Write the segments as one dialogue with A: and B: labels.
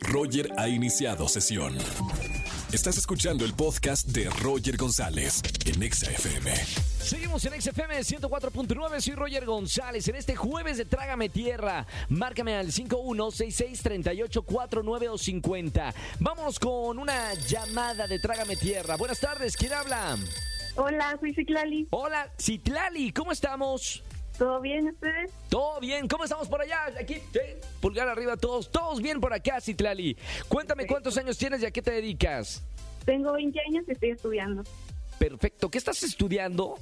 A: Roger ha iniciado sesión. Estás escuchando el podcast de Roger González en Exa FM.
B: Seguimos en XFM 104.9, soy Roger González. En este jueves de Trágame Tierra, márcame al 51663849 o 50. Vamos con una llamada de Trágame Tierra. Buenas tardes, ¿quién habla?
C: Hola, soy Ciclali.
B: Hola, Citlali, ¿cómo estamos?
C: ¿Todo bien ustedes?
B: ¿Todo bien? ¿Cómo estamos por allá? Aquí, ¿sí? pulgar arriba todos, todos bien por acá, Citlali. Cuéntame cuántos años tienes y a qué te dedicas.
C: Tengo 20 años y estoy estudiando
B: Perfecto, ¿qué estás estudiando?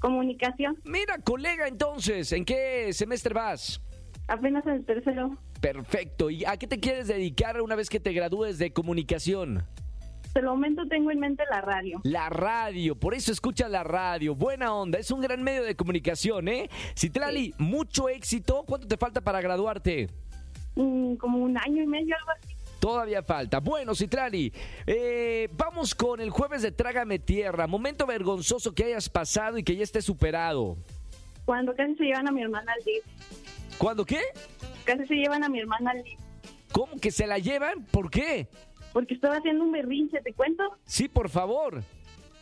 C: comunicación.
B: Mira, colega, entonces, ¿en qué semestre vas?
C: Apenas en el tercero.
B: Perfecto. ¿Y a qué te quieres dedicar una vez que te gradúes de comunicación?
C: Por el momento tengo en mente la radio.
B: La radio, por eso escucha la radio. Buena onda, es un gran medio de comunicación, ¿eh? Citlali, mucho éxito. ¿Cuánto te falta para graduarte?
C: Mm, como un año y medio, algo así.
B: Todavía falta. Bueno, Citrali, eh, vamos con el jueves de Trágame Tierra. Momento vergonzoso que hayas pasado y que ya esté superado.
C: Cuando casi se llevan a mi hermana al DIF.
B: ¿Cuándo qué?
C: Casi se llevan a mi hermana al DIF.
B: ¿Cómo que se la llevan? ¿Por qué?
C: Porque estaba haciendo un berrinche, ¿te cuento?
B: Sí, por favor.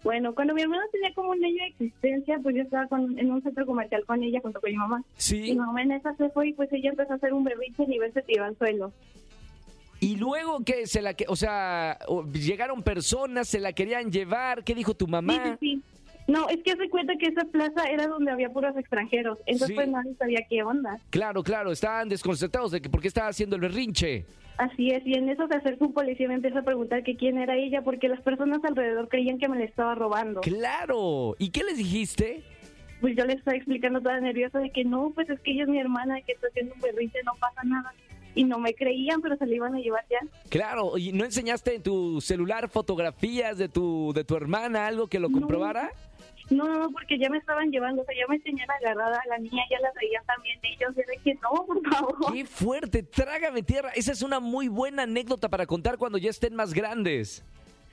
C: Bueno, cuando mi hermana tenía como un año de existencia, pues yo estaba con- en un centro comercial con ella junto con mi mamá. Y
B: Sí.
C: mi mamá en esa se fue y pues ella empezó a hacer un berrinche y nivel se tiró al suelo.
B: Y luego que se la que, o sea, o- llegaron personas, se la querían llevar, ¿qué dijo tu
C: Sí,
B: mamá?
C: sí, sí. No, es que se cuenta que esa plaza era donde había puros extranjeros. Entonces
B: Sí.
C: pues nadie sabía qué onda.
B: Claro, claro, estaban desconcertados de que por qué estaba haciendo el berrinche.
C: Así es, y en eso se acerca un policía y me empieza a preguntar que quién era ella, porque las personas alrededor creían que me la estaba robando.
B: Claro. ¿Y qué les dijiste?
C: Pues yo le estaba explicando toda nerviosa de que no, pues es que ella es mi hermana, que está haciendo un berrinche, no pasa nada. Y no me creían, pero se la iban a llevar ya.
B: Claro, ¿y no enseñaste en tu celular fotografías de tu de tu hermana algo que lo
C: No.
B: comprobara?
C: No, no, no, porque ya me estaban llevando, o sea, ya me tenían agarrada a la niña, ya la traían también ellos. Yo dije, no, por favor.
B: ¡Qué fuerte! Trágame tierra. Esa es una muy buena anécdota para contar cuando ya estén más grandes.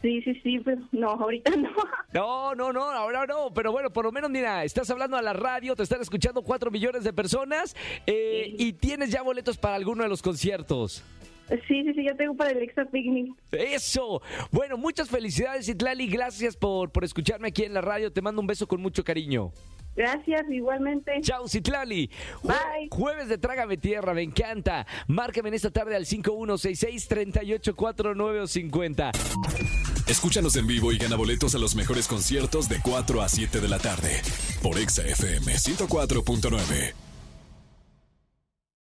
C: Sí, sí, sí, pues no, ahorita no.
B: No, no, no, ahora no, pero bueno, por lo menos, mira, estás hablando a la radio, te están escuchando cuatro millones de personas eh, y tienes ya boletos para alguno de los conciertos.
C: Sí, sí, sí, yo tengo para el extra picnic.
B: Eso. Bueno, muchas felicidades, Itlali. Gracias por, por escucharme aquí en la radio. Te mando un beso con mucho cariño.
C: Gracias, igualmente.
B: Chao, Citlali.
C: Bye.
B: Jueves de Trágame Tierra, me encanta. Márcame en esta tarde al 5166-384950.
A: Escúchanos en vivo y gana boletos a los mejores conciertos de 4 a 7 de la tarde por Exa FM 104.9.